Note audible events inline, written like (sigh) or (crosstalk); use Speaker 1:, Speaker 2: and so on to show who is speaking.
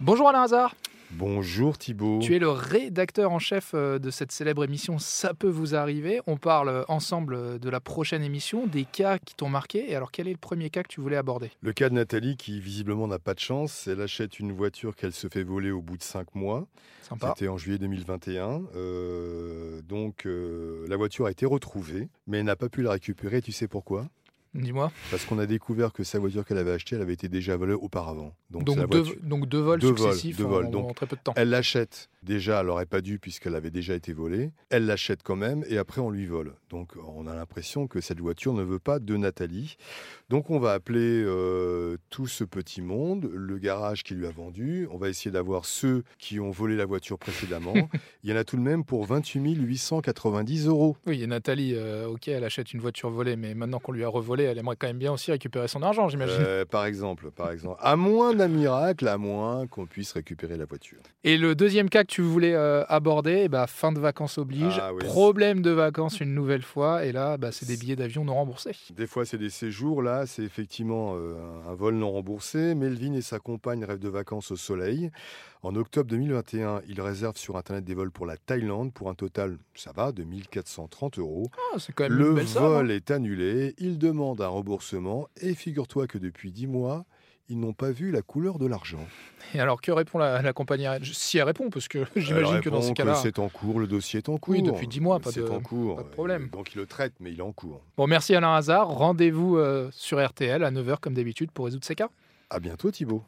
Speaker 1: Bonjour Alain Hazard.
Speaker 2: Bonjour Thibault.
Speaker 1: Tu es le rédacteur en chef euh, de cette célèbre émission Ça peut vous arriver. On parle euh, ensemble de la prochaine émission, des cas qui t'ont marqué. Et alors, quel est le premier cas que tu voulais aborder
Speaker 2: Le cas de Nathalie qui visiblement n'a pas de chance. Elle achète une voiture qu'elle se fait voler au bout de cinq mois.
Speaker 1: Sympa.
Speaker 2: C'était en juillet 2021. Euh, donc euh, la voiture a été retrouvée, mais elle n'a pas pu la récupérer. Tu sais pourquoi
Speaker 1: Dis-moi.
Speaker 2: Parce qu'on a découvert que sa voiture qu'elle avait achetée, elle avait été déjà volée auparavant.
Speaker 1: Donc,
Speaker 2: la
Speaker 1: deux,
Speaker 2: voiture-
Speaker 1: donc deux vols
Speaker 2: Deux vols,
Speaker 1: successifs
Speaker 2: deux
Speaker 1: en-
Speaker 2: vols.
Speaker 1: en,
Speaker 2: Donc,
Speaker 1: très peu de temps.
Speaker 2: Elle l'achète. Déjà, elle n'aurait pas dû puisqu'elle avait déjà été volée. Elle l'achète quand même et après, on lui vole. Donc, on a l'impression que cette voiture ne veut pas de Nathalie. Donc, on va appeler euh, tout ce petit monde, le garage qui lui a vendu. On va essayer d'avoir ceux qui ont volé la voiture précédemment. Il y en a tout de même pour 28 890 euros.
Speaker 1: Oui, et Nathalie, euh, ok, elle achète une voiture volée, mais maintenant qu'on lui a revolée, elle aimerait quand même bien aussi récupérer son argent, j'imagine.
Speaker 2: Euh, par exemple, par exemple. À moins d'un miracle, à moins qu'on puisse récupérer la voiture.
Speaker 1: Et le deuxième cas que tu voulais euh, aborder, eh ben, fin de vacances oblige,
Speaker 2: Ah oui.
Speaker 1: problème de vacances une nouvelle fois, et là, bah, c'est des billets d'avion non remboursés.
Speaker 2: Des fois, c'est des séjours. Là, c'est effectivement euh, un vol non remboursé. Melvin et sa compagne rêvent de vacances au soleil. En octobre 2021, ils réservent sur Internet des vols pour la Thaïlande pour un total, ça va, de 1430 euros.
Speaker 1: Ah, c'est quand même
Speaker 2: Le
Speaker 1: une belle somme, hein.
Speaker 2: vol est annulé. Ils demandent un remboursement. Et figure-toi que depuis 10 mois, ils n'ont pas vu la couleur de l'argent.
Speaker 1: Et alors, que répond la, la compagnie aérienne Si elle répond, parce que (laughs)
Speaker 2: Elle
Speaker 1: j'imagine que dans
Speaker 2: répond
Speaker 1: ces cas-là.
Speaker 2: c'est en cours, le dossier est en cours.
Speaker 1: Oui, depuis 10 mois, pas de-
Speaker 2: C'est en cours.
Speaker 1: pas de problème.
Speaker 2: Donc, ils le traitent, mais il est en cours.
Speaker 1: Bon, merci Alain Hazard. Rendez-vous euh, sur RTL à 9h comme d'habitude pour résoudre ces cas.
Speaker 2: À bientôt, Thibault.